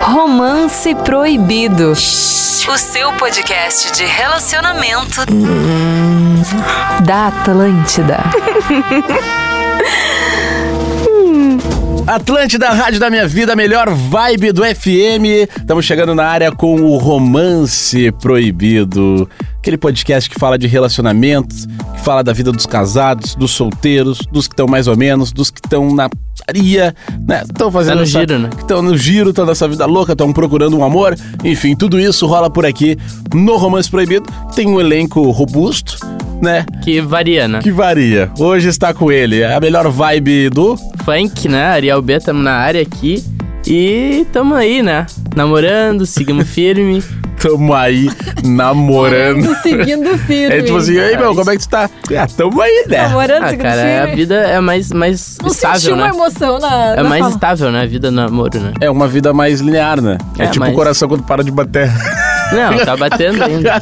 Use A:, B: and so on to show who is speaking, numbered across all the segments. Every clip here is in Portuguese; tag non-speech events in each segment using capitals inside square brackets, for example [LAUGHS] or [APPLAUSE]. A: Romance Proibido. O seu podcast de relacionamento da Atlântida.
B: Atlântida, Rádio da Minha Vida, a melhor vibe do FM. Estamos chegando na área com o Romance Proibido. Aquele podcast que fala de relacionamentos, que fala da vida dos casados, dos solteiros, dos que estão mais ou menos, dos que estão na putaria, né? Estão fazendo.
C: no
B: essa-
C: giro, né?
B: Que estão no giro, estão nessa vida louca, estão procurando um amor. Enfim, tudo isso rola por aqui no Romance Proibido. Tem um elenco robusto, né?
C: Que varia, né?
B: Que varia. Hoje está com ele a melhor vibe do.
C: Funk, né? Ariel B, tamo na área aqui. E tamo aí, né? Namorando,
D: [LAUGHS]
C: seguimos firme.
B: Tamo aí namorando.
D: Seguindo firme.
B: É tipo assim, e aí, meu, como é que tu tá? Ah, tamo aí, né?
D: Namorando,
C: Ah,
D: seguindo
C: cara, a
D: firme.
C: vida é mais, mais
D: Não
C: estável,
D: sentiu
C: né?
D: uma emoção na.
C: É
D: na
C: mais
D: fala.
C: estável, né? A vida no namoro, né?
B: É uma vida mais linear, né? É,
C: É,
B: tipo
C: mas-
B: o coração quando para de bater.
C: Não,
D: [LAUGHS]
C: tá batendo ainda.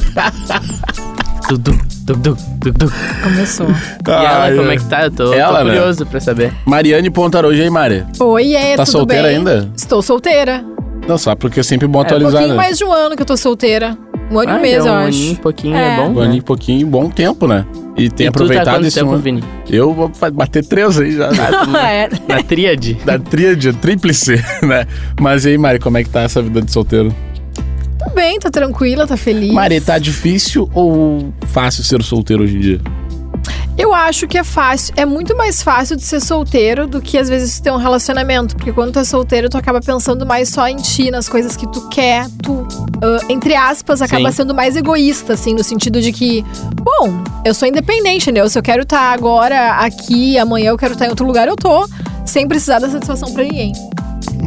C: Du, du, du, du, du, du.
D: Começou.
C: E ela,
B: Ai,
C: como
B: ai.
C: é que tá? Eu tô, tô
B: Ela, né?
C: curioso pra saber.
B: Mariane Pontarojo, hein, Mari?
D: Oi, é,
B: Tá
D: tudo
B: solteira
D: bem?
B: ainda?
D: Estou solteira.
B: Não, só porque eu sempre
C: É,
B: bom
D: Um
B: atualizar,
D: pouquinho
B: né?
D: mais de um ano que eu tô solteira. Um ano
C: Ah,
D: e meio,
C: deu
D: eu
C: um
D: acho.
C: aninho, pouquinho, é,
D: É.
C: bom.
B: Um aninho e pouquinho, bom tempo, né? E tem
C: e tu tá há
B: aproveitado
C: quanto
B: esse
C: tempo,
B: ano.
C: Vini?
B: Eu vou fa- bater três aí já. né?
C: [LAUGHS]
D: é.
B: [LAUGHS]
C: Na tríade?
B: Da tríade, tríplice, [LAUGHS] né? Mas e aí, Mari, como é que tá essa vida de solteiro?
D: Tudo bem, tá tranquila, tá feliz.
B: Mari, tá difícil ou fácil ser solteiro hoje em dia?
D: Eu acho que é fácil, é muito mais fácil de ser solteiro do que às vezes ter um relacionamento, porque quando tu é solteiro tu acaba pensando mais só em ti, nas coisas que tu quer, tu ah, entre aspas acaba
C: Sim.
D: sendo mais egoísta assim, no sentido de que, bom, eu sou independente, né? Se eu quero estar agora aqui, amanhã eu quero estar em outro lugar, eu tô, sem precisar da satisfação pra ninguém.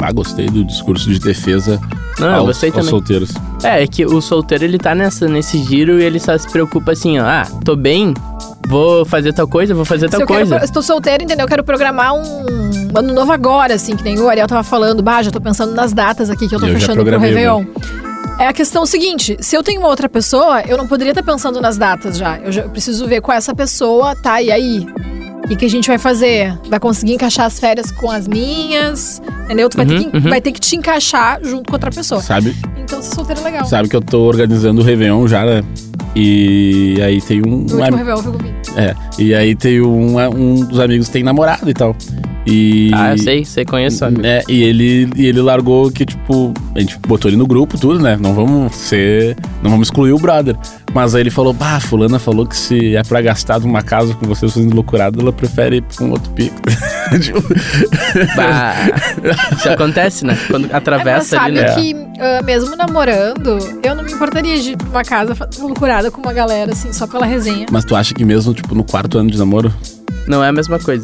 B: Ah, gostei do discurso de defesa
C: Não, Ah, eu
B: aos,
C: gostei
B: aos
C: também.
B: solteiros.
C: É, é que o solteiro ele tá nessa, nesse giro e ele só se preocupa assim, ó, ah, tô bem, vou fazer tal coisa, vou fazer
D: Se
C: tal
D: eu quero,
C: coisa.
D: pro- se tô solteira, entendeu? Eu quero programar um ano novo agora, assim, que nem o Ariel tava falando. Bah, já tô pensando nas datas aqui que eu tô
B: Eu já
D: fechando pro
B: programei o
D: Réveillon. É a questão seguinte, se eu tenho uma outra pessoa, eu não poderia estar pensando nas datas já. Eu, já. eu preciso ver com essa pessoa, tá, e aí? E o que a gente vai fazer? Vai conseguir encaixar as férias com as minhas, entendeu? Tu vai, ter,
C: Uhum,
D: que,
C: uhum.
D: vai ter que te encaixar junto com outra pessoa.
B: Sabe,
D: Então, ser solteiro é legal.
B: sabe que eu tô organizando o Réveillon já, né? E aí tem um.
D: No último Réveillon eu fui comigo.
B: é, e aí tem um, um dos amigos que tem namorado e tal. E.
C: Ah, eu sei, você conhece, amigo.
B: É, e ele, e ele largou que, tipo, a gente botou ele no grupo, tudo, né? Não vamos ser. Não vamos excluir o brother. Mas aí ele falou: Bah, Fulana falou que se é pra gastar numa casa com vocês fazendo loucurado, ela prefere ir pra um outro pico. [LAUGHS] Tipo,
C: Bah, isso acontece, né? Quando
D: É, mas
C: atravessa ali,
D: sabe
C: né?
D: que, ah, mesmo namorando, eu não me importaria de ir pra uma casa fa- loucurada com uma galera, assim, só pela resenha.
B: Mas tu acha que mesmo, tipo, no quarto ano de namoro?
C: Não é a mesma coisa.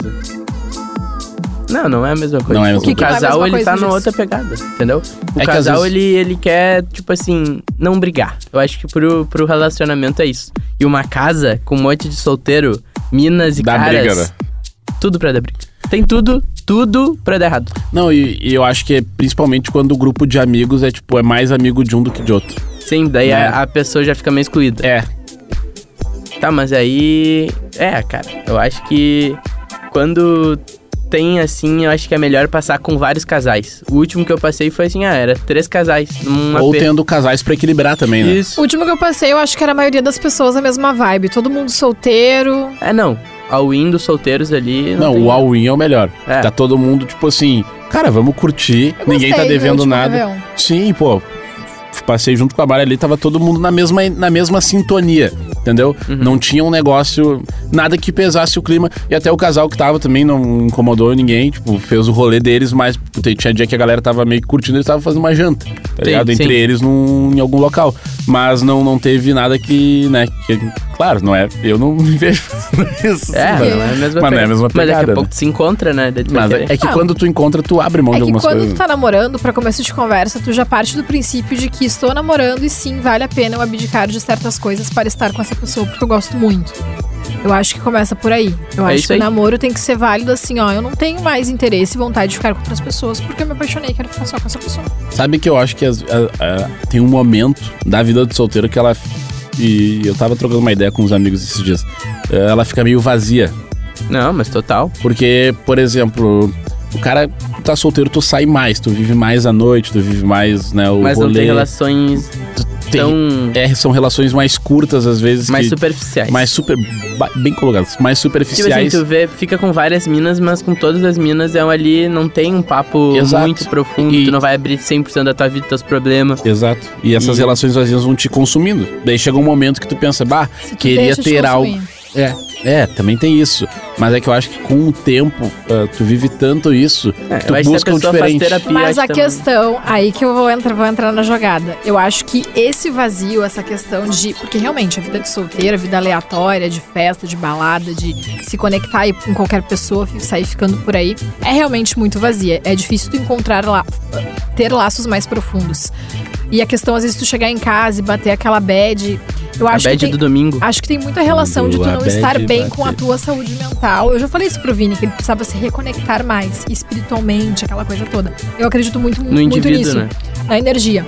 C: Não, não é a mesma coisa.
B: Não é a mesma coisa.
C: o que
B: Que
D: não é a
C: casal,
D: mesma
C: ele tá
D: coisa,
C: numa
D: Jess?
C: outra pegada, entendeu? O
B: É que às
C: casal,
B: vezes-
C: ele, ele quer, tipo assim, não brigar. Eu acho que pro, pro relacionamento é isso. E uma casa com um monte de solteiro, minas e
B: Dá
C: caras...
B: briga, né?
C: Tudo pra dar briga. Tem tudo, tudo pra dar errado.
B: Não, e, e eu acho que é principalmente quando o grupo de amigos é, tipo, é mais amigo de um do que de outro.
C: Sim, daí
B: Né?
C: a, a pessoa já fica meio excluída.
B: É.
C: Tá, mas aí. É, cara, eu acho que quando tem assim, eu acho que é melhor passar com vários casais. O último que eu passei foi assim, ah, era três casais num
B: Ou
C: AP.
B: tendo casais pra equilibrar também, né?
D: O
C: Isso.
D: último que eu passei, eu acho que era a maioria das pessoas a mesma vibe. Todo mundo solteiro.
C: É, não. Ao in dos solteiros ali.
B: Não,
C: tem-
B: o all-in é o melhor.
C: É.
B: Tá todo mundo, tipo assim, cara, vamos curtir,
D: Eu
B: ninguém tá
D: gostei do
B: devendo
D: último
B: nada.
D: Réveillon.
B: Sim, pô. f- Passei junto com a Mari ali, tava todo mundo na mesma, na mesma sintonia, entendeu?
C: Uhum.
B: Não tinha um negócio, nada que pesasse o clima. E até o casal que tava também não incomodou ninguém, tipo, fez o rolê deles, mas puta, tinha dia que a galera tava meio que curtindo, eles tava fazendo uma janta, tá
C: Sim,
B: ligado?
C: sim.
B: Entre eles num, em algum local. Mas não, não teve nada que, né? que- claro, não é. Eu não [LAUGHS] me vejo fazendo isso.
C: É,
B: assim,
C: mas não é a mesma
B: Mas não é a
C: pegada.
B: mesma
C: Mas daqui
B: pegada,
C: a pouco tu se encontra, né? daí tu vai
B: Mas é,
C: querer.
B: é que
D: Ah.
B: quando tu encontra, tu abre mão
D: É
B: de
D: que
B: algumas
D: quando
B: coisas. né?
D: tu tá namorando, pra começo de conversa, tu já parte do princípio de que estou namorando e sim, vale a pena eu abdicar de certas coisas para estar com essa pessoa, porque eu gosto muito. Eu acho que começa por aí. Eu
C: É
D: acho
C: isso
D: que
C: aí.
D: o namoro tem que ser válido assim, ó. Eu não tenho mais interesse e vontade de ficar com outras pessoas, porque eu me apaixonei e quero ficar só com essa pessoa.
B: Sabe que eu acho que as- a- a- tem um momento da vida do solteiro que ela. E eu tava trocando uma ideia com uns amigos esses dias. eh, Ela fica meio vazia.
C: Não, mas total.
B: Porque, por exemplo, o cara tá solteiro, tu sai mais, tu vive mais a noite, tu vive mais, né, o
C: Mas não tem
B: rolê.
C: relações
B: Tem-
C: tão
B: é, são relações mais curtas, às vezes.
C: mais
B: que-
C: superficiais.
B: mais super. ba- Bem colocadas. Mais
C: Tipo assim,
B: superficiais.
C: tu vê, fica com várias minas, mas com todas as minas é um ali, não tem um papo
B: Exato.
C: muito profundo,
B: E-
C: tu não vai abrir 100% da tua vida, dos teus problemas.
B: Exato. E essas
C: E-
B: relações vazias vão te consumindo. Daí chega um momento que tu pensa, bah,
D: Se tu
B: queria
D: deixa de
B: ter algo.
D: consumir.
B: É, é, também tem isso. Mas é que eu acho que com o tempo, ah, tu vive tanto isso, que tu
C: eu acho que
B: busca
C: a
B: um
C: pessoa
B: diferente.
C: faz terapia.
D: Mas
C: acho
D: a
C: também.
D: questão, aí que eu vou entrar, vou entrar na jogada. Eu acho que esse vazio, essa questão de. Porque realmente a vida de solteira, vida aleatória, de festa, de balada, de se conectar aí com qualquer pessoa, fi- sair ficando por aí, é realmente muito vazia. É difícil tu encontrar lá. ter laços mais profundos. E a questão, às vezes, tu chegar em casa e bater aquela bad. Eu
C: A
D: acho
C: bad
D: que tem-
C: do domingo.
D: Acho que tem muita relação de tu
B: Quando a
D: não
B: bad
D: estar bem
B: bater.
D: com a tua saúde mental. Eu já falei isso pro Vini, que ele precisava se reconectar mais espiritualmente, aquela coisa toda. Eu acredito muito,
C: No
D: muito
C: indivíduo,
D: nisso,
C: né?
D: na energia.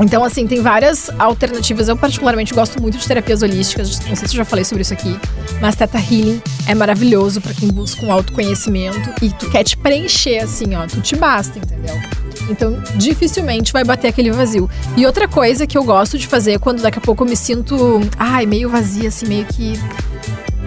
D: Então, assim, tem várias alternativas. Eu, particularmente, gosto muito de terapias holísticas. Não sei se eu já falei sobre isso aqui. Mas Teta Healing é maravilhoso pra quem busca um autoconhecimento e tu quer te preencher, assim, ó. Tu te basta, entendeu? Então, dificilmente vai bater aquele vazio. E outra coisa que eu gosto de fazer quando daqui a pouco eu me sinto, ai, meio vazia, assim, meio que.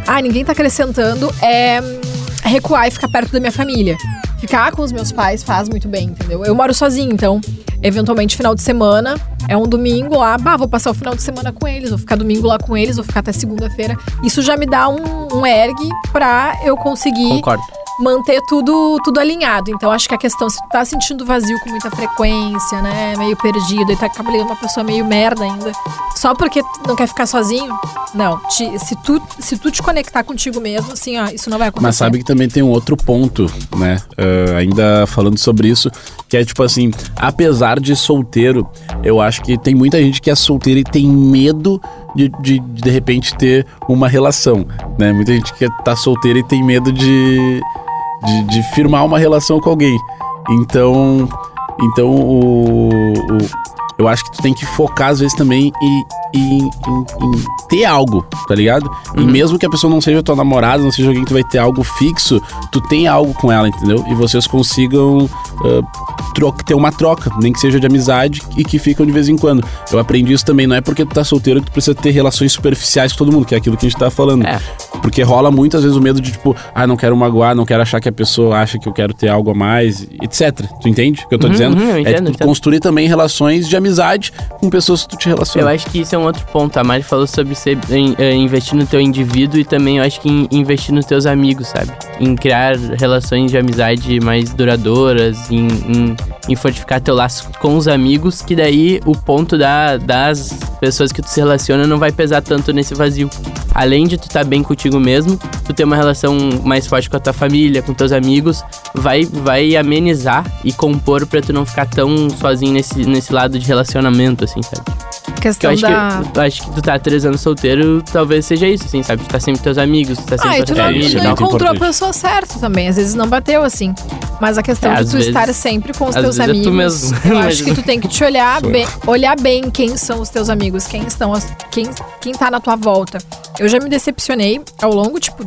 D: Ah, ninguém tá acrescentando, é hum, recuar e ficar perto da minha família. Ficar com os meus pais faz muito bem, entendeu? Eu moro sozinha, então, eventualmente, final de semana, é um domingo lá, bah, vou passar o final de semana com eles, vou ficar domingo lá com eles, vou ficar até segunda-feira. Isso já me dá um, um erg pra eu conseguir
C: Concordo.
D: manter tudo, tudo alinhado. Então, acho que a questão, se tu tá sentindo vazio com muita frequência, né? Meio perdido, e tá acaba ligando uma pessoa meio merda ainda. Só porque tu não quer ficar sozinho? Não. Te- se, tu, se tu te conectar contigo mesmo, assim, ó, isso não vai acontecer.
B: Mas sabe que também tem um outro ponto, né? Ah, ainda falando sobre isso, que é tipo assim, apesar de solteiro, eu acho que tem muita gente que é solteira e tem medo de de, de, de repente ter uma relação, né? Muita gente que tá solteira e tem medo de, de, de firmar uma relação com alguém. Então, então o, o- eu acho que tu tem que focar às vezes também em, em- em- em ter algo, tá ligado?
C: Uhum.
B: E mesmo que a pessoa não seja tua namorada, não seja alguém que tu vai ter algo fixo, tu tem algo com ela, entendeu? E vocês consigam ah, tro- ter uma troca, nem que seja de amizade e que ficam de vez em quando. Eu aprendi isso também, não é porque tu tá solteiro que tu precisa ter relações superficiais com todo mundo, que é aquilo que a gente tá falando.
C: É.
B: Porque rola muitas vezes o medo de, tipo, ah, não quero magoar, não quero achar que a pessoa acha que eu quero ter algo a mais, etc. Tu entende o que eu tô
C: Uhum,
B: dizendo?
C: uhum, eu
B: é
C: entendo,
B: tu
C: entendo.
B: construir também relações de amizade com pessoas que tu te
C: Eu
B: relaciona.
C: acho que isso é um outro ponto. A Mari falou sobre você em- eh, investir no teu indivíduo e também eu acho que em- investir nos teus amigos, sabe? Em criar relações de amizade mais duradouras, em, em- em fortificar teu laço com os amigos, que daí o ponto da- das pessoas que tu se relaciona não vai pesar tanto nesse vazio. Além de tu estar bem contigo mesmo, tu ter uma relação mais forte com a tua família, com teus amigos, vai, vai amenizar e compor pra tu não ficar tão sozinho nesse, nesse lado de relacionamento, assim, sabe?
D: A
C: Que eu
D: questão
C: acho,
D: da...
C: que, eu acho que tu tá há três anos solteiro, talvez seja isso, assim, sabe? Tu tá sempre com teus amigos, tu tá sempre
D: Ah, e
C: com
D: tu
C: a
D: não,
C: tua
B: É, isso
C: família
D: não
B: é
C: e tal.
B: muito
D: encontrou a
B: importante.
D: pessoa certa também. Às vezes não bateu, assim. Mas a questão
C: É,
D: de
C: às
D: tu
C: vezes-
D: estar sempre com os
C: às
D: teus
C: vezes é
D: amigos.
C: tu mesmo. [LAUGHS]
D: Eu
C: Mas-
D: acho que tu tem que te olhar bem, olhar bem quem são os teus amigos, quem estão, as- quem, quem tá na tua volta. Eu já me decepcionei ao longo, tipo,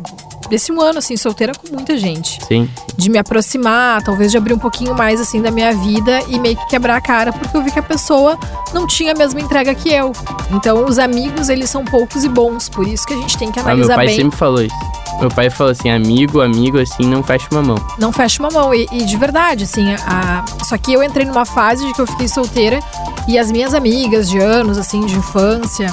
D: desse um ano, assim, solteira com muita gente
C: Sim.
D: de me aproximar, talvez de abrir um pouquinho mais assim da minha vida e meio que quebrar a cara, porque eu vi que a pessoa não tinha a mesma entrega que eu. Então, os amigos, eles são poucos e bons, por isso que a gente tem que
C: Ah, meu
D: analisar
C: pai
D: bem,
C: sempre falou isso. Meu pai falou assim, amigo, amigo, assim, não fecha uma mão.
D: não fecha uma mão e, e de verdade, assim, a, a- só que eu entrei numa fase de que eu fiquei solteira e as minhas amigas de anos assim, de infância,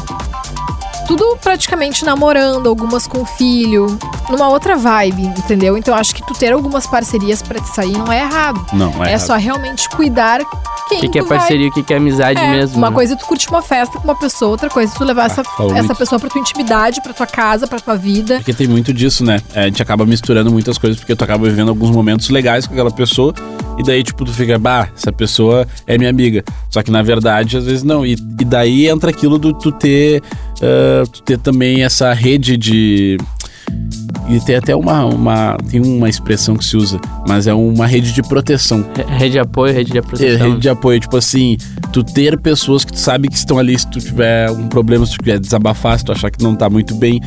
D: tudo praticamente namorando, algumas com filho, numa outra vibe, entendeu? Então, acho que tu ter algumas parcerias pra te sair não é errado.
B: Não, é,
D: É
B: errado.
D: só realmente cuidar quem
C: O que, que é
D: tu vai-
C: parceria, o que, que é amizade
D: É,
C: mesmo?
D: Uma
C: né?
D: coisa é tu curtir uma festa com uma pessoa, outra coisa é tu levar essa,
B: Tá, falou
D: essa
B: muito.
D: pessoa pra tua intimidade, pra tua casa, pra tua vida.
B: Porque tem muito disso, né? É, a gente acaba misturando muitas coisas, porque tu acaba vivendo alguns momentos legais com aquela pessoa, e daí, tipo, tu fica, bah, essa pessoa é minha amiga. Só que, na verdade, às vezes não. E, e daí entra aquilo do tu ter, ah, tu ter também essa rede de... E tem até uma, uma... Tem uma expressão que se usa, mas é uma rede de proteção.
C: Re- Rede de apoio, rede de
B: Ter
C: proteção.
B: É, rede de apoio, tipo assim, tu ter pessoas que tu sabe que estão ali se tu tiver um problema, se tu quiser desabafar, se tu achar que não tá muito bem,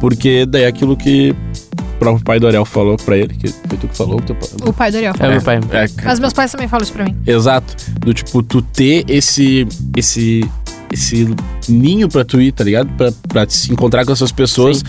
B: porque daí é aquilo que próprio pai do Ariel falou pra ele, que foi tu que falou, teu pai.
D: O pai do Ariel.
C: É, meu pai.
B: É,
D: Mas meus pais também falam isso pra mim.
B: Exato. Do tipo, tu ter esse. esse. esse ninho pra tu ir, tá ligado? Pra, pra se encontrar com essas pessoas.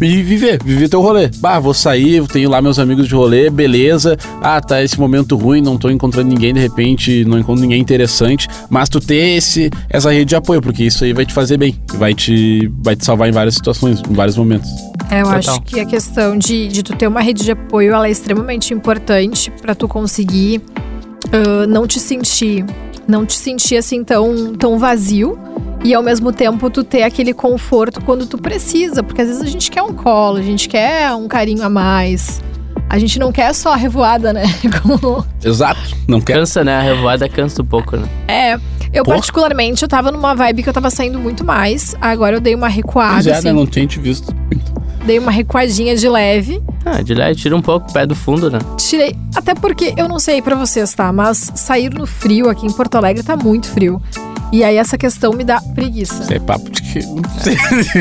B: E viver, viver teu rolê. Bah, vou sair, tenho lá meus amigos de rolê, beleza. Ah, tá esse momento ruim, não tô encontrando ninguém de repente, não encontro ninguém interessante. Mas tu ter esse, essa rede de apoio, porque isso aí vai te fazer bem. Vai te, vai te salvar em várias situações, em vários momentos.
D: É, eu
C: Total.
D: acho que a questão de, de tu ter uma rede de apoio, ela é extremamente importante pra tu conseguir ah, não te sentir, não te sentir assim tão, tão vazio. E ao mesmo tempo tu ter aquele conforto quando tu precisa, porque às vezes a gente quer um colo, a gente quer um carinho a mais. A gente não quer só a revoada, né? [LAUGHS] Como-
B: Exato. Não quero.
C: Cansa, né? A revoada cansa um pouco, né?
D: É, eu
B: Porra.
D: particularmente, eu tava numa vibe que eu tava saindo muito mais. Agora eu dei uma
B: Pois
D: recuada,
B: é, né?
D: assim,
B: Não tinha te visto.
D: dei uma recuadinha de leve.
C: Ah, de lá tira um pouco o pé do fundo, né?
D: Tirei, até porque, eu não sei pra vocês, tá? Mas sair no frio aqui em Porto Alegre tá muito frio. E aí essa questão me dá preguiça.
B: Isso aí é papo de que. Não sei.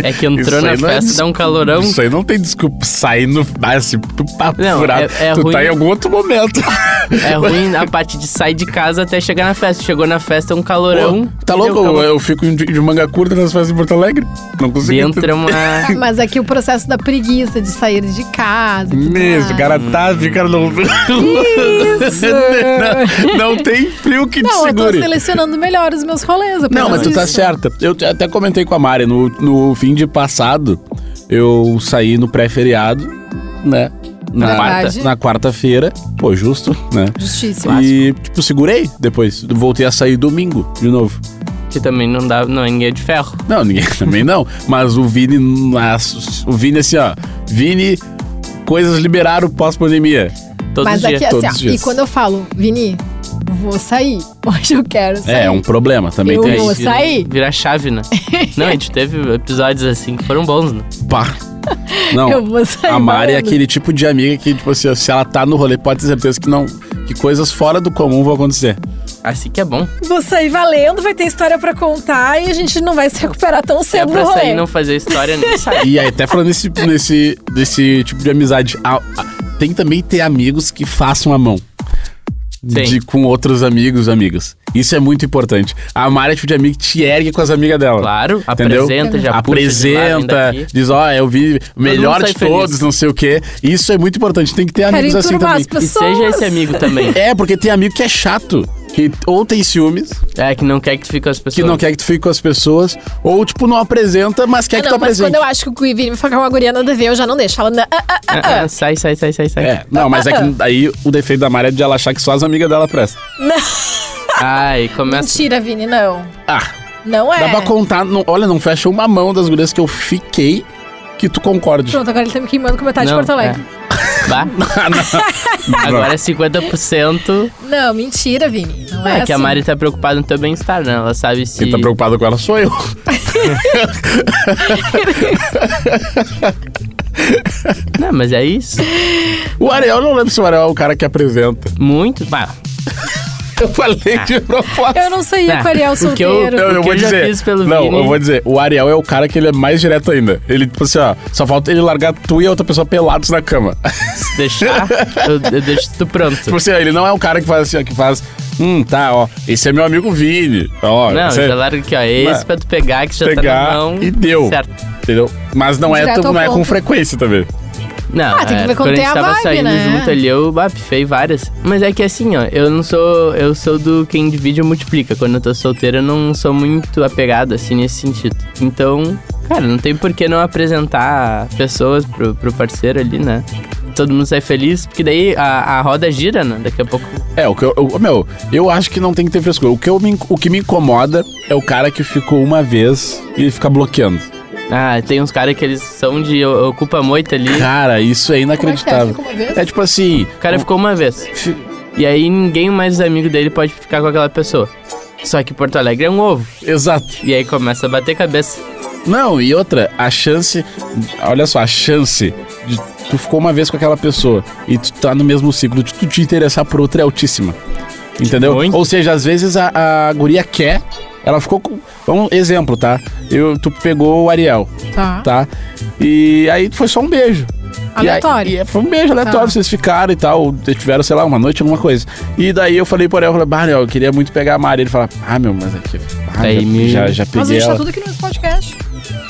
C: É que
B: Isso
C: entrou
B: aí
C: na
B: não é
C: festa, dá um calorão.
B: Isso aí não tem desculpa. Sair no. Ah, esse papo
C: Não,
B: furado.
C: é- é
B: tu tá
C: ruim.
B: em algum outro momento.
C: [LAUGHS] É ruim a parte de sair de casa até chegar na festa. Chegou na festa, é um calorão.
B: Pô, tá
C: e deu
B: louco? Eu,
C: calor.
B: eu fico de, de manga curta nas festas de Porto Alegre? Não consigo.
C: Entra uma.
D: Mas aqui o processo da preguiça de sair de
C: é
D: casa. e
C: um-
D: tudo
B: Mesmo, o
D: mais.
B: cara tá,
C: Hum.
B: o cara não. não, [LAUGHS] não tem frio que te
D: Não,
C: é
D: eu tô
B: segure.
D: selecionando melhor os meus rolês.
B: Não, mas tu tá
D: certo.
B: certa. Eu te- até comentei com a Mari, no, no fim de passado, eu saí no pré-feriado, né? Na,
D: Verdade.
B: na quarta-feira. Pô, justo, né?
D: Justíssimo.
B: E, tipo, segurei depois. Voltei a sair domingo, de novo.
C: Que também não dá. Não, ninguém é de ferro.
B: Não, ninguém [LAUGHS] também não. Mas o Vini. nas- O Vini, assim, ó. Vini, coisas liberaram pós-pandemia.
C: Todos
D: mas
C: os dias.
D: aqui, assim,
B: todos os
D: ó,
B: dias.
D: e quando eu falo, Vini, vou sair. [LAUGHS] Hoje eu quero sair.
B: É, é um problema. Também
D: Eu
B: tem
D: vou
B: isso.
C: Vira-
D: sair.
C: Vira chave,
D: [LAUGHS]
C: né? Não, a gente teve episódios assim que foram bons, né?
D: [LAUGHS]
B: Pá. Não.
D: Eu vou sair.
B: A Mari é
D: valendo.
B: aquele tipo de amiga que, tipo assim, ó, se ela tá no rolê, pode ter certeza que não. Que coisas fora do comum vão acontecer.
C: Assim que é bom.
D: Vou sair valendo, vai ter história pra contar e a gente não vai se recuperar tão
C: É
D: cedo do
C: pra
D: rolê.
C: sair e não fazer história
D: [LAUGHS]
C: nem sair.
B: E aí, até falando nesse, nesse, desse tipo de amizade, a- a- tem também ter amigos que façam a mão.
C: Tem.
B: De, com outros amigos, amigas. Isso é muito importante. A Mari é tipo de amiga que te ergue com as amigas dela.
C: Claro,
B: Entendeu?
C: apresenta, já puxa de lá,
B: apresenta,
C: vem daqui.
B: diz, ó, eu vi o melhor
C: mundo
B: de
C: sai feliz.
B: todos, não sei o quê. Isso é muito importante, tem que ter
D: Quero
B: amigos assim
D: enturmar
B: também.
D: as pessoas.
C: E seja esse amigo também.
B: É, porque tem amigo que é chato, que ou tem ciúmes,
C: É, que não quer que tu fique com as pessoas.
B: que não quer que tu fique com as pessoas, ou tipo, não apresenta, mas quer
D: Ah,
B: que
D: não,
B: tu
D: mas
B: apresente.
D: quando eu acho que o Vini vai ficar com uma guria nada a ver, eu já não deixo. Fala, "Não, ah, ah, ah,
C: Ah, ah, sai, sai, sai, sai, sai.
B: É, não, mas é
C: [LAUGHS]
B: que aí o defeito da Mari é de ela achar que só as amigas dela prestam.
C: Ai, começa.
D: mentira, Vini, não.
B: Ah,
D: Não é.
B: dá pra contar, não- olha, não fecha uma mão das gurias que eu fiquei que tu concorde.
D: Pronto, agora ele tá me queimando com metade de Porto Alegre.
C: é. Bah,
B: [LAUGHS] Ah, não.
C: agora é 50%.
D: Não, mentira, Vini. Não é,
C: É, que a
D: assim.
C: Mari tá preocupada no teu bem-estar, né? Ela sabe se.
B: Quem tá preocupado com ela sou eu. [LAUGHS]
C: Não, mas é isso.
B: O Ariel, eu não lembro se o Ariel é o cara que apresenta.
C: Muito. Bah,
B: Eu falei de propósito.
D: Eu não saía
C: Ah,
D: com o Ariel
C: o que eu-
D: solteiro.
B: Eu,
C: O
B: eu
C: que
B: vou
C: eu já
B: dizer.
C: fiz pelo
B: não,
C: Vini.
B: eu vou dizer. O Ariel é o cara que ele é mais direto ainda. Ele, tipo assim, ó, só falta ele largar tu e a outra pessoa pelados na cama. [LAUGHS]
C: se deixar, eu, eu deixo tu pronto.
B: tipo assim, ó, ele não é o cara que faz assim, ó, que faz. Hum, tá, ó. Esse é meu amigo Vini. Ó,
C: Não,
B: esse é-
C: já larga aqui, ó. Esse
B: Mas-
C: pra tu pegar, que já tá
B: pegar
C: na mão.
B: e deu.
C: Certo.
B: Entendeu? Mas não é,
D: Direto
B: tão-
D: ao
B: não é com
D: ponto.
B: frequência também.
C: Não,
D: Ah, tem que
C: é,
D: ver quando
C: quando a
D: tem
C: gente
D: a
C: tava
D: vibe,
C: saindo
D: né?
C: junto ali, eu bafei várias. Mas é que assim, ó, eu não sou. Eu sou do quem divide e multiplica. Quando eu tô solteiro, eu não sou muito apegado, assim, nesse sentido. Então, cara, não tem por que não apresentar pessoas pro, pro parceiro ali, né? Todo mundo sai feliz, porque daí a, a roda gira, né? Daqui a pouco.
B: É, o que eu, eu- Meu, eu acho que não tem que ter frescura. O que, eu me, inc- o que me incomoda é o cara que ficou uma vez e fica bloqueando.
C: Ah, tem uns caras que eles são de o- ocupa moita ali.
B: Cara, isso é
D: Como é que é?
B: inacreditável.
D: Fica uma vez?
B: É tipo assim.
C: O cara ficou uma vez.
B: Fi-
C: E aí ninguém mais amigo dele pode ficar com aquela pessoa. Só que Porto Alegre é um ovo.
B: Exato.
C: E aí começa a bater cabeça. [LAUGHS]
B: Não, e outra, a chance. Olha só, a chance de tu ficou uma vez com aquela pessoa e tu tá no mesmo ciclo de tu te interessar por outra é altíssima. Entendeu?
C: Muito.
B: Ou seja, às vezes a, a guria quer, ela ficou com. Vamos, exemplo, tá? Eu, tu pegou o Ariel,
D: Tá.
B: tá? E aí foi só um beijo. E aí-
D: Aleatório.
B: E, foi um beijo aleatório,
D: Tá.
B: vocês ficaram e tal. Vocês tiveram, sei lá, uma noite, alguma coisa. E daí eu falei pro Ariel, eu falei, bah, Ariel, eu queria muito pegar a Mari. Ele fala, ah, meu, mas aqui. Ah,
C: Aí
B: já,
C: me-
B: já, já
D: Mas a
B: peguei
D: gente tá
B: ela.
D: tudo aqui no nosso podcast. [LAUGHS]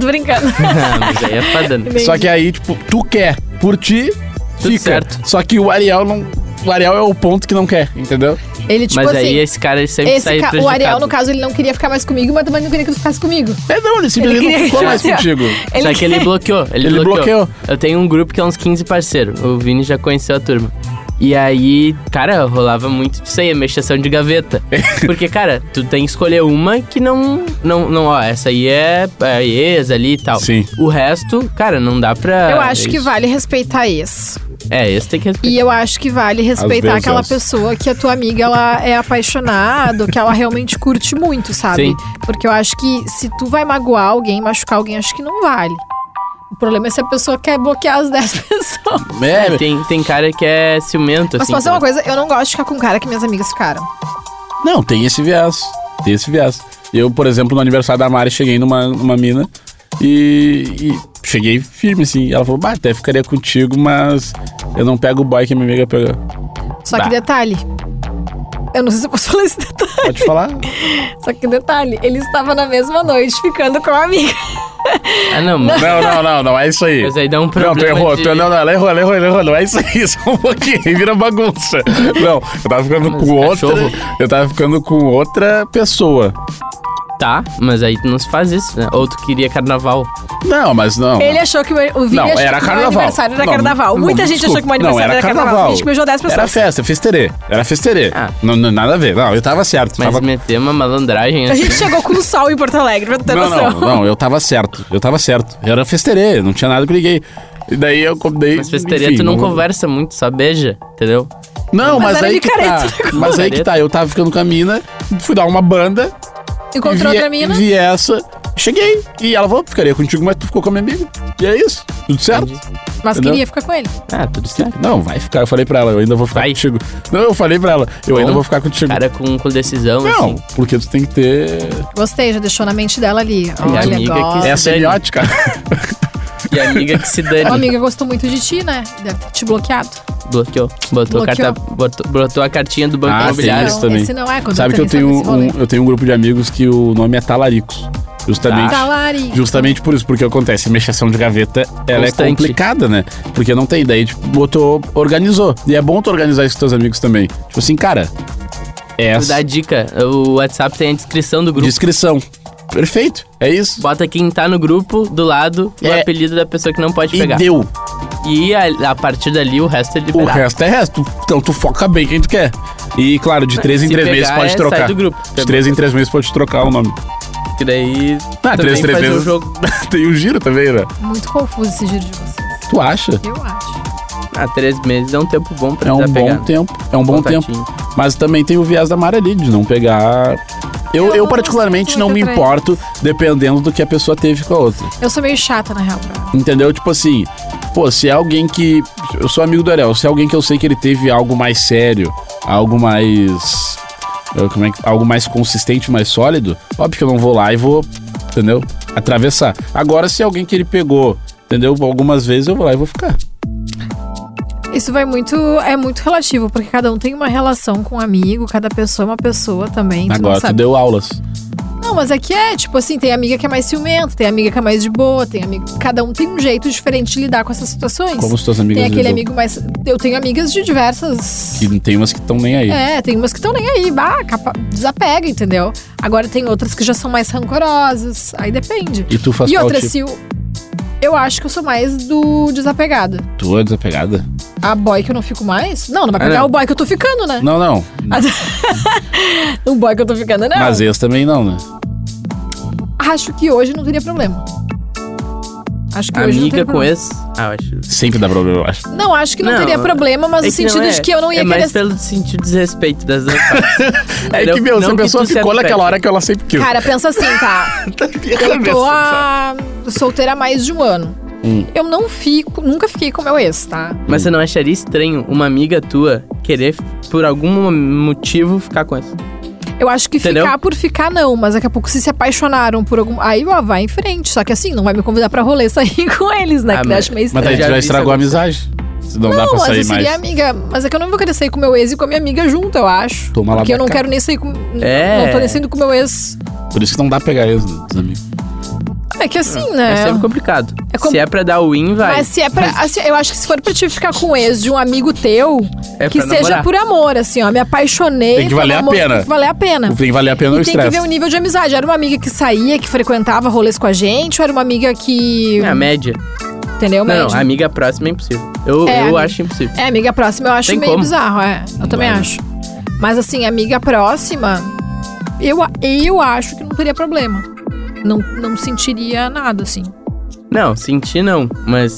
D: Tô brincando.
C: Ah, mas aí é fadando.
B: Só que aí, tipo, tu quer. Por ti,
C: Tudo
B: fica.
C: certo.
B: Só que o Ariel não. O Ariel é o ponto que não quer, entendeu?
D: Ele, tipo
C: mas
D: assim.
C: aí esse cara ele sempre
D: Esse
C: sai
D: ca... O
C: prejudicado.
D: Ariel, no caso, ele não queria ficar mais comigo, mas também não queria que tu ficasse comigo.
B: É não, ele simplesmente
D: queria
B: não ficou
D: que
B: mais
D: fosse, ó.
B: contigo.
C: Só que
D: [LAUGHS]
C: ele bloqueou. Ele,
B: Ele
C: bloqueou.
B: bloqueou.
C: Eu tenho um grupo que é uns 15 parceiros. O Vini já conheceu a turma. E aí, cara, rolava muito disso aí, a mexação de [LAUGHS] gaveta. Porque, cara, tu tem que escolher uma que não. Não, não ó, essa aí é, é ex ali e tal.
B: Sim.
C: O resto, cara, não dá pra.
D: eu acho que
C: Ah, é isso.
D: vale respeitar esse.
C: É, esse tem que respeitar.
D: E eu acho que vale respeitar
B: vezes
D: aquela
B: essa.
D: pessoa que a tua amiga ela é apaixonada, ou que ela realmente curte muito, sabe?
C: Sim.
D: Porque eu acho que se tu vai magoar alguém, machucar alguém, acho que não vale. O problema é se a pessoa quer bloquear as [LAUGHS] 10 pessoas.
B: É,
C: É, tem, tem cara que é ciumento,
D: Mas
C: assim.
D: posso dizer
C: tá?
D: uma coisa? Eu não gosto de ficar com um cara que minhas amigas ficaram.
B: Não, tem esse viés. Tem esse viés. Eu, por exemplo, no aniversário da Mari, cheguei numa, numa mina e, e cheguei firme, assim. Ela falou, bah, até ficaria contigo, mas eu não pego o boy que a minha amiga pegou.
D: Só
B: Bah.
D: que detalhe. Eu não sei se eu posso falar esse detalhe.
B: Pode falar?
D: Só que detalhe, ele estava na mesma noite ficando com a amiga.
C: Ah, não,
B: [LAUGHS]
C: mas,
B: não, não, não, não é isso aí.
C: mas aí dá um
B: Não,
C: problema.
B: tu errou,
C: de-
B: tu, não, não, ela errou, ela errou, ela errou, não é isso [LAUGHS] aí, só um pouquinho, vira bagunça. Não, eu tava ficando
C: Mas
B: com outra,
C: cachorro.
B: eu tava ficando com outra pessoa.
C: Tá, mas aí tu não se faz isso, né? Ou tu queria carnaval.
B: Não, mas não.
D: Ele achou que o meu- o Vini
B: Não,
D: achou
B: era
D: que o meu
B: carnaval.
D: aniversário era
B: Não,
D: carnaval.
B: não,
D: Muita
B: não,
D: gente achou que o meu
B: desculpa. Não,
D: aniversário era, carnaval. A gente beijou 10
B: Era
D: pessoas.
B: festa, festerê. Era festerê.
C: Ah.
B: Não, não, nada a ver. Não, eu tava certo.
C: Mas
B: tava...
C: meter uma malandragem
D: A
C: assim.
B: [LAUGHS]
D: gente chegou com o sol em Porto Alegre, pra tu ter
B: Não,
D: noção.
B: não, não, eu tava certo. Eu tava certo. Eu era festerê, não tinha nada que liguei. E daí eu daí,
C: Mas festeria,
B: enfim,
C: tu não, conversa muito, só beija, entendeu?
B: Não, mas,
D: Mas era
B: aí que tá.
D: micareta. [LAUGHS]
B: Mas aí que tá. Eu tava ficando com a mina, fui dar uma banda.
D: Encontrou
B: vi,
D: outra mina.
B: é- Vi essa, cheguei. E ela falou, ficaria contigo, mas tu ficou com a minha amiga. E é isso. Tudo certo?
D: Mas
B: Entendeu?
D: queria ficar com ele.
C: Ah, tudo certo.
B: Não, vai ficar. Eu falei pra ela, eu ainda vou ficar
C: Vai.
B: contigo. Não, eu falei pra ela, eu ainda
C: Bom,
B: vou ficar contigo.
C: Cara com, com decisão,
B: Não,
C: assim.
B: porque tu tem que ter.
D: Gostei, já deixou na mente dela ali. Olha,
C: amiga que-
D: agora.
B: É a
C: se dane.
B: semiótica.
C: E a amiga
D: [LAUGHS]
C: que se
D: Tua
C: dane.
D: amiga gostou muito de ti, né? Deve ter te bloqueado.
C: Bloqueou. Botou,
D: Bloqueou.
C: a carta, botou, botou a cartinha do banco
B: Ah,
C: imobiliário.
B: isso
D: não,
B: também.
D: esse não é quando
B: Sabe que eu tenho,
D: esse rolê.
B: um, eu tenho um grupo de amigos que o nome é Talaricos. Justamente.
C: Tá.
D: Talari.
B: Justamente por isso, porque acontece, a mexação de gaveta, ela é
C: Constante.
B: complicada, né? Porque não tem ideia, tipo, botou, organizou. E é bom tu organizar isso com teus amigos também. Tipo assim, cara, é
C: Vou dar
B: essa
C: a dica. O WhatsApp tem a descrição do grupo.
B: descrição. Perfeito, é isso.
C: Bota quem tá no grupo do lado e
B: É.
C: o apelido da pessoa que não pode
B: E
C: pegar.
B: deu.
C: E a, a partir dali o resto é
B: O
C: liberado.
B: resto é resto. Então tu foca bem quem tu quer. E claro, de três em
C: Se
B: três
C: pegar,
B: meses pode
C: é,
B: trocar.
C: Sai do grupo.
B: De três em três meses pode trocar o nome. [LAUGHS]
C: Que daí
B: Ah,
C: também
B: três, três
C: faz um
B: meses.
C: jogo.
B: Tem um giro também, né?
D: Muito confuso esse giro de vocês.
B: Tu acha?
D: Eu acho.
C: Ah, três meses é um tempo bom pra
B: É um
C: desapegar.
B: bom tempo. É um bom tempo.
C: né? Contatinho.
B: Mas também tem o viés da Mara ali, de não pegar. Eu,
D: Eu
B: eu
D: não
B: particularmente
D: sinto
B: não me
D: muita
B: importo dependendo do que a pessoa teve com a outra.
D: Eu sou meio chata, na real. pra-
B: Entendeu? Tipo assim, pô, se é alguém que. Eu sou amigo do Ariel, se é alguém que eu sei que ele teve algo mais sério, algo mais. eh, Como é que, algo mais consistente, mais sólido, óbvio que eu não vou lá e vou, entendeu? Atravessar. Agora, se é alguém que ele pegou, entendeu? Algumas vezes eu vou lá e vou ficar.
D: Isso vai muito. É muito relativo, porque cada um tem uma relação com um amigo, cada pessoa é uma pessoa também. Tu
B: Agora
D: não
B: tu
D: sabe.
B: deu aulas.
D: Não, mas aqui é, tipo assim, tem amiga que é mais ciumenta, tem amiga que é mais de boa, tem amigo. Cada um tem um jeito diferente de lidar com essas situações.
B: Como os teus amigos
D: tem aquele
B: lidam?
D: amigo mais. Eu tenho amigas de diversas.
B: Que tem umas que estão nem aí.
D: É, tem umas que estão nem aí, bah, capa- desapega, entendeu? Agora tem outras que já são mais rancorosas, aí depende.
B: E tu faz
D: E
B: qual
D: outra,
B: tipo?
D: se eu, eu acho que eu sou mais do desapegado.
B: Tu é desapegada?
D: A boy que eu não fico mais? Não, não vai
C: Ah,
D: pegar
C: não.
D: o boy que eu tô ficando, né?
B: Não, não.
D: O boy que eu tô ficando, não.
B: Mas esse também não, né?
D: Acho que hoje não teria problema. Acho que hoje não
C: Amiga
D: teria
C: com
D: problema.
C: ex. Ah, eu acho.
B: Sempre dá problema, eu acho.
D: Não, acho que não,
C: Não,
D: teria problema, mas
C: É
D: no
C: que não
D: sentido
C: é-
D: de que eu não ia
C: é
D: querer.
C: mais pelo sentido de desrespeito das duas partes.
B: [LAUGHS] É
C: Entendeu?
B: que, meu, se
C: Não
B: a
C: que
B: pessoa
C: tu se
B: ficou
C: apega.
B: naquela hora que ela sempre quis.
D: Cara, pensa assim, tá?
B: [LAUGHS]
D: Eu tô a... solteira há mais de um ano.
B: Hum.
D: Eu não fico, nunca fiquei com meu ex, tá?
C: Mas você não acharia estranho uma amiga tua querer, por algum motivo, ficar com essa?
D: Eu acho que
C: Entendeu?
D: ficar por ficar, não. Mas daqui a pouco, se se apaixonaram por algum... Aí, ó, vai em frente. Só que assim, não vai me convidar pra rolê [LAUGHS] sair com eles, né?
C: Ah,
D: que
C: mas-
D: eu acho meio
B: Mas
C: Eu
B: daí
D: estranho.
B: tu
C: já
B: já
C: vi
B: estragou a
C: isso
B: amizade. Se não, dá
D: não,
B: pra
D: mas eu
B: sair
D: seria
B: mais.
D: amiga. Mas é que eu não vou querer sair com meu ex e com a minha amiga junto, eu acho.
B: Toma lá
D: Porque eu
B: da
D: não
B: cá.
D: quero nem sair com.
C: É.
D: Não tô nem saindo com meu ex.
B: Por isso que não dá pra pegar eles, né, dos amigos.
D: É que assim,
C: É,
D: né?
C: sempre complicado.
D: É como-
C: Se é pra dar o win, vai.
D: Mas se é pra. assim, eu acho que se for pra te ficar com o ex de um amigo teu,
C: É
D: que
C: pra
D: seja
C: namorar.
D: por amor, assim, ó. Me apaixonei.
B: Tem que valer
D: pelo
B: a
D: amor,
B: pena.
D: Tem que valer a pena.
B: O que valer a pena é o
D: E tem que ver o
B: estresse.
D: nível de amizade. Era uma amiga que saía, que frequentava rolês com a gente, ou era uma amiga que.
C: É a média.
D: Entendeu,
C: não, não,
D: médio?
C: amiga próxima é impossível. Eu,
D: É,
C: eu
D: amiga.
C: acho impossível.
D: É, amiga próxima eu acho
C: Tem
D: meio
C: como.
D: bizarro, é. Eu também
B: dá, né?
D: acho. Mas assim, amiga próxima, eu, eu acho que não teria problema. Não, não sentiria nada, assim.
C: Não, senti não, mas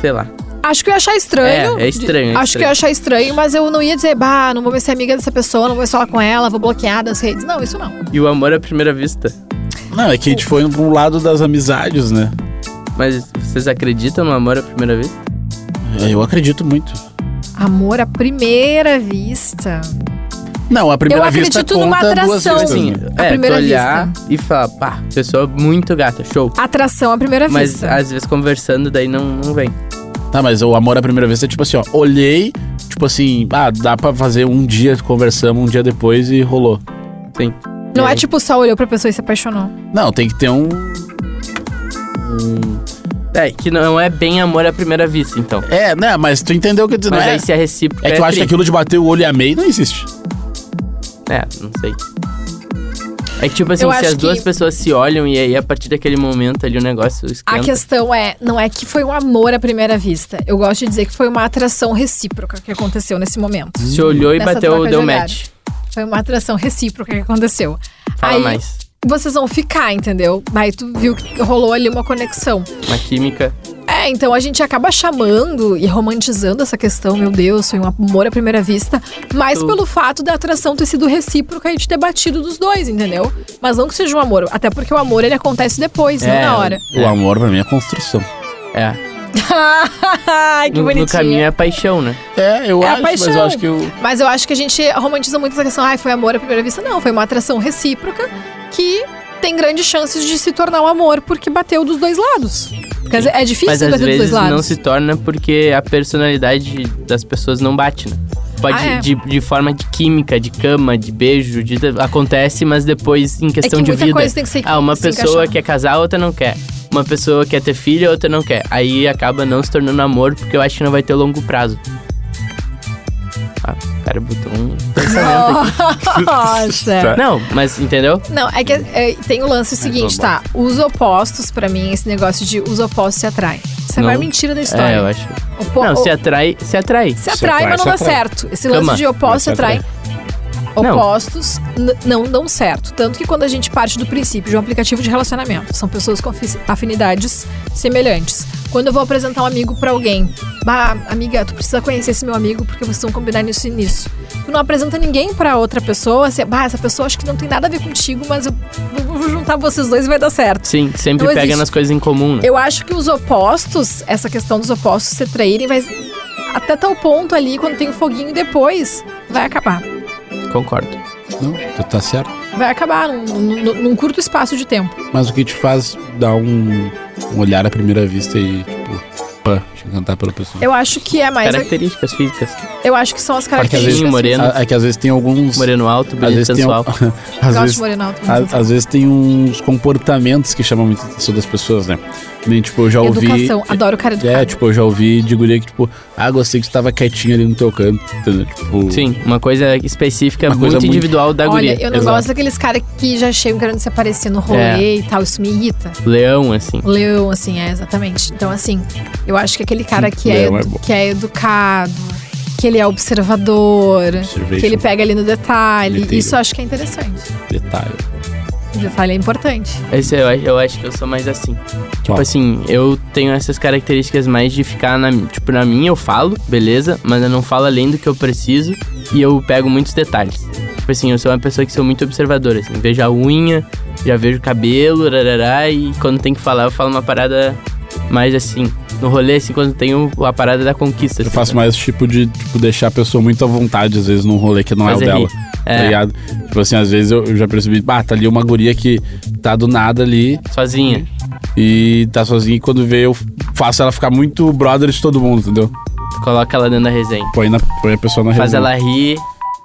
C: sei lá.
D: Acho que eu ia achar estranho.
C: É, é estranho. é
D: Acho que eu
C: estranho.
D: ia achar estranho, mas eu não ia dizer, bah, não vou mais ser amiga dessa pessoa, não vou mais falar com ela, vou bloquear das redes. Não, isso não.
C: E o amor à primeira vista.
B: Não, é que a gente foi pro lado das amizades, né?
C: Mas vocês acreditam no amor à primeira vista?
B: Eu acredito muito.
D: Amor à primeira vista.
B: Não, a primeira
D: Eu
B: vista
D: acredito
B: conta
D: numa
B: duas
D: atração.
B: vezes.
C: Assim,
B: né?
D: à
C: é,
D: primeira
C: tu olhar e falar, pá, pessoa muito gata, show.
D: Atração à primeira
C: Mas
D: vista.
C: às vezes conversando, daí não, não vem.
B: Tá, mas o amor à primeira vista é tipo assim, ó, olhei, tipo assim, ah, dá pra fazer um dia, conversamos um dia depois e rolou.
C: Sim.
D: Não
C: Né?
D: é tipo só olhou pra pessoa e se apaixonou.
B: Não, tem que ter um.
D: tipo-
C: É, que não é bem amor à primeira vista, então.
B: É, né? Mas tu entendeu o que eu disse, não
C: Mas
B: é?
C: aí se é recíproco.
B: É que eu acho
C: tri.
B: que aquilo de bater o olho e a meio não existe.
C: É, não sei. É que, tipo assim,
D: Eu
C: se
D: acho
C: as duas
D: que-
C: pessoas se olham e aí a partir daquele momento ali o negócio esquenta.
D: A questão é, não é que foi um amor à primeira vista. Eu gosto de dizer que foi uma atração recíproca que aconteceu nesse momento.
C: Se olhou e
D: Nessa
C: bateu,
D: troca de
C: deu
D: olhar.
C: match.
D: Foi uma atração recíproca que aconteceu.
C: Fala
D: Aí
C: mais.
D: vocês vão ficar, entendeu? Aí tu viu que rolou ali uma conexão.
C: Uma química.
D: É, então a gente acaba chamando e romantizando essa questão, meu Deus, foi um amor à primeira vista, mas
C: Tu-
D: pelo fato da atração ter sido recíproca e de ter batido dos dois, entendeu? Mas não que seja um amor, até porque o amor ele acontece depois, não
C: É,
D: na hora.
B: O amor pra mim é construção.
C: É.
D: [LAUGHS] Ai, que
C: No, no
D: bonitinho.
C: caminho é paixão, né?
B: É, eu
D: É a
B: acho, mas eu
D: paixão.
B: acho que o.
D: Mas eu acho que a gente romantiza muito essa questão. Ai, foi amor à primeira vista. Não, foi uma atração recíproca que tem grandes chances de se tornar um amor porque bateu dos dois lados. Quer dizer, é difícil
C: Mas
D: bater
C: às
D: dos dois
C: vezes
D: lados.
C: não se torna porque a personalidade das pessoas não bate, né? Pode
D: Ah, é.
C: de, de forma de química, de cama, de beijo, de, acontece, mas depois em
D: é que
C: questão de
D: muita
C: vida.
D: coisa tem que ser
C: Ah, uma
D: se
C: pessoa
D: [LAUGHS] encaixar.
C: quer casar, a outra não quer. Uma pessoa quer ter filho, a outra não quer. Aí acaba não se tornando amor, porque eu acho que não vai ter longo prazo. Ah, o cara botou um pensamento aqui.
D: Nossa.
C: Não, mas entendeu?
D: Não, é que é, tem o lance seguinte,
B: tá
D: tá? Os opostos, pra mim, esse negócio de os opostos se atraem. Isso é a
C: Não.
D: maior mentira da
C: É, eu
D: história.
C: acho.
D: Opo-
C: não,
D: o-
C: se atrai, se atrai.
D: se atrai, mas não
B: se
D: dá
B: atrai.
D: certo. Esse lance
C: Cama,
D: de
B: mas
D: opostos
B: se
D: se
B: atrai.
D: atraem.
C: Não.
D: Opostos n- não dão certo. Tanto que quando a gente parte do princípio de um aplicativo de relacionamento, são pessoas com afi- afinidades semelhantes. Quando eu vou apresentar um amigo pra alguém, bah, amiga, tu precisa conhecer esse meu amigo porque vocês vão combinar nisso e nisso. Tu não apresenta ninguém pra outra pessoa, assim, bah, essa pessoa acho que não tem nada a ver contigo, mas eu eu vou juntar vocês dois e vai dar certo.
C: Sim, sempre
D: Não
C: pega
D: existe.
C: nas coisas em comum, né?
D: Eu acho que os opostos, essa questão dos opostos se traírem, vai até tal ponto ali, quando tem o foguinho depois, vai acabar.
C: Concordo.
B: Não, tu tá certo.
D: Vai acabar num, num- num curto espaço de tempo.
B: Mas o que te faz dar um, um olhar à primeira vista e, tipo, pã, te encantar pela pessoa?
D: Eu acho que é mais.
C: Características físicas.
D: Eu acho que são as
B: Porque às
D: características.
B: vezes,
C: Sim, moreno.
B: a- é que às vezes tem alguns.
C: Moreno
B: [LAUGHS]
C: alto,
B: às
C: bonito,
B: vezes tem, um
C: sensual.
B: às,
D: Gosto de
B: vezes,
D: Moreno Alto,
B: às, às vezes tem uns comportamentos que chamam muito a atenção das pessoas, né? Que Nem, tipo, eu já ouvi.
D: Educação. Ah, Adoro o cara educado.
B: É, tipo, eu já ouvi de guria que, tipo, ah, gostei que tu tava quietinho ali no teu canto, entendeu? Tipo,
C: Sim, uma coisa específica,
B: Uma
C: muito
B: coisa muito-
C: individual da
D: Olha,
C: guria.
D: eu não
B: é Exato. É.
D: gosto daqueles caras que já chegam querendo se aparecer no rolê e tal. Isso me irrita.
C: Leão, assim.
D: O leão, assim, é, exatamente. Então, assim, eu acho que aquele cara que, é,
B: leão é
D: edu-
B: bom.
D: que é educado, que ele é observador,
B: Observation.
D: que ele pega ali no detalhe.
B: Deteiro.
D: Isso eu acho que é interessante.
B: Detalhe.
D: O detalhe é importante.
C: Esse eu, acho- eu acho que eu sou mais assim. Tipo
B: Qual?
C: assim, eu tenho essas características mais de ficar na. Tipo, na minha eu falo, beleza, mas eu não falo além do que eu preciso e eu pego muitos detalhes. Tipo assim, eu sou uma pessoa que sou muito observadora, assim. Vejo a unha, já vejo o cabelo, rarará, e quando tem que falar, eu falo uma parada mais assim. No rolê, assim, quando tem o- a parada da conquista.
B: Eu
C: assim,
B: faço mais tipo de, tipo, deixar a pessoa muito à vontade, às vezes, num rolê que não é o
C: Fazer
B: dela.
C: rir.
B: tá ligado? Tipo assim, às vezes eu, eu já percebi, ah, tá ali uma guria que tá do nada ali
C: né? Sozinha.
B: Uhum. e tá sozinha e quando vê eu faço ela ficar muito brother de todo mundo, entendeu?
C: Coloca ela dentro da resenha.
B: Põe, na, põe a pessoa na
C: Faz
B: resenha.
C: ela Ah, rir,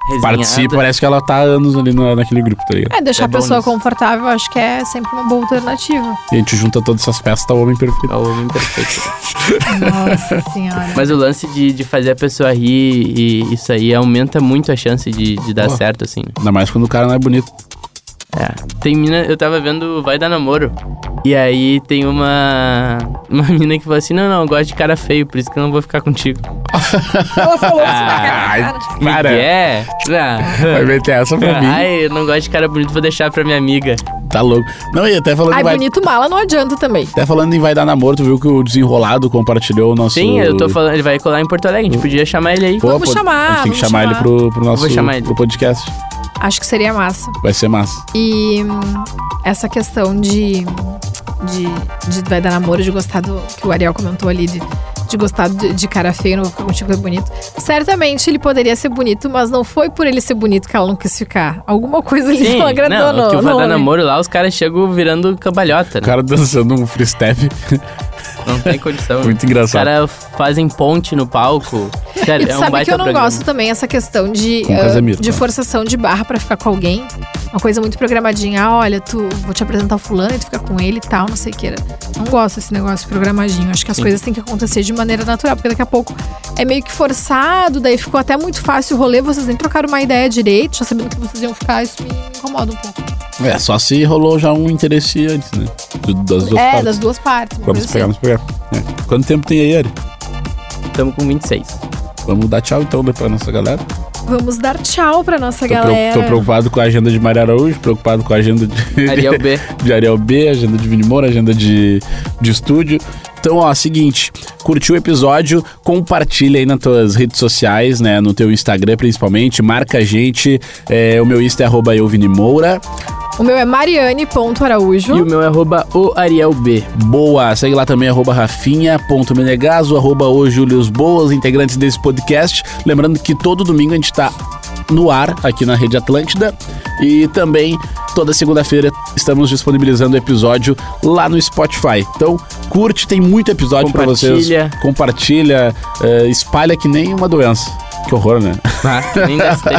C: resenhada.
B: Participa, parece que ela tá há anos ali na- naquele grupo, tá ligado?
D: É, deixar
C: É
D: a
C: bom
D: pessoa
C: nisso.
D: confortável, acho que é sempre uma
B: [LAUGHS]
D: boa alternativa.
B: E a gente junta todas essas peças, tá o homem perfeito.
C: É o homem perfeito.
D: Nossa senhora.
C: Mas o lance de, de fazer a pessoa rir e isso aí aumenta muito a chance de, de dar
B: Boa.
C: certo, assim.
B: Ainda mais quando o cara não é bonito.
C: É. Tem mina, eu tava vendo Vai Dar Namoro. E aí tem uma. Uma mina que falou assim: Não, não, eu gosto de cara feio, por isso que eu não vou ficar contigo.
D: Ela falou isso na
B: [LAUGHS] Ai,
D: cara.
B: para.
C: Ah. E é? Ah.
B: Vai meter essa pra mim.
C: Ai, eu não gosto de cara bonito, vou deixar pra minha amiga.
B: Tá louco. Não, e até falando,
D: Ai,
B: em vai,
D: bonito mala não adianta também.
B: até falando em vai dar namoro, tu viu que o desenrolado compartilhou o nosso.
C: Sim, eu tô falando, ele vai colar em Porto Alegre, a gente podia chamar ele aí.
B: Pô,
D: Vamos
B: pô,
D: chamar,
B: A gente tem que
D: vamos
B: chamar, ele
D: chamar.
B: pro, pro nosso
C: Vou chamar ele.
B: Pro podcast.
D: Acho que seria massa.
B: Vai ser massa.
D: E hum, essa questão de, de, de vai dar namoro, de gostar do que o Ariel comentou ali, de, de gostar de, de cara feio, não ficar contigo é bonito. Certamente ele poderia ser bonito, mas não foi por ele ser bonito que ela não quis ficar. Alguma coisa ali
C: Sim,
D: não agradou,
C: não, é
D: não.
C: que o
D: não,
C: Vai Dar Namoro lá, os caras chegam virando cambalhota,
B: O
C: né?
B: cara dançando um free
C: [LAUGHS]
B: step.
C: Não tem
B: [LAUGHS]
C: condição.
B: Muito
C: Os
B: engraçado.
C: caras fazem ponte no palco.
D: E
C: Sério,
D: tu
C: é um
D: sabe
C: baita
D: que eu não
C: programa.
D: gosto também essa questão de,
B: Com o
D: ah,
B: Casemiro,
D: de
B: né?
D: forçação de barra pra ficar com alguém. Uma coisa muito programadinha. Ah, olha, tu vou te apresentar o fulano e tu fica com ele e tal, não sei o que. Não gosto desse negócio programadinho. Acho que as coisas têm que acontecer de maneira natural, porque daqui a pouco é meio que forçado, daí ficou até muito fácil o rolê, vocês nem trocaram uma ideia direito, já sabendo que vocês iam ficar, isso me incomoda um pouco.
B: É, só se rolou já um interesse antes, né? Do- das duas
D: é,
B: partes.
D: das duas partes. uma
B: Vamos
D: coisa
B: pegar,
D: assim.
B: vamos pegar. É. Quanto tempo tem aí, Ari?
C: Tamo com 26.
B: Vamos dar tchau então né, pra nossa galera. Tô
D: Vamos dar tchau pra nossa
B: preo-
D: galera.
B: um- tô preocupado com a agenda de Maria Araújo, preocupado com a agenda de.
C: [LAUGHS] Ariel B.
B: [LAUGHS] de Ariel B, agenda de Vini Moura, agenda de, de estúdio. Então, ó, seguinte, curtiu o episódio, compartilha aí nas tuas redes sociais, né? No teu Instagram, principalmente, marca a gente. É, o meu Insta é arroba eu, Vini Moura.
D: O meu é mariane.araújo.
C: E o meu é arroba o Ariel B.
B: Boa, segue lá também, arroba rafinha.menegaso, arroba o Július Boas, integrantes desse podcast. Lembrando que todo domingo a gente tá no ar aqui na Rede Atlântida e também toda segunda-feira estamos disponibilizando o episódio lá no Spotify. Então, curte, tem muito episódio pra vocês.
C: Compartilha.
B: Compartilha, eh, espalha que nem uma doença. Que horror, né? [LAUGHS]
C: Ah, nem gastei.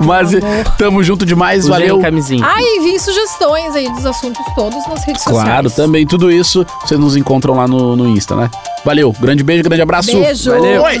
B: Mas eh, tamo junto demais,
C: Usei
B: valeu.
C: um camisinho.
D: Ah, e enviem sugestões aí dos assuntos todos nas redes sociais.
B: Claro, também tudo isso vocês nos encontram lá no, no Insta, né? Valeu, grande beijo, grande abraço.
D: Beijo.
C: Valeu.
B: Oi.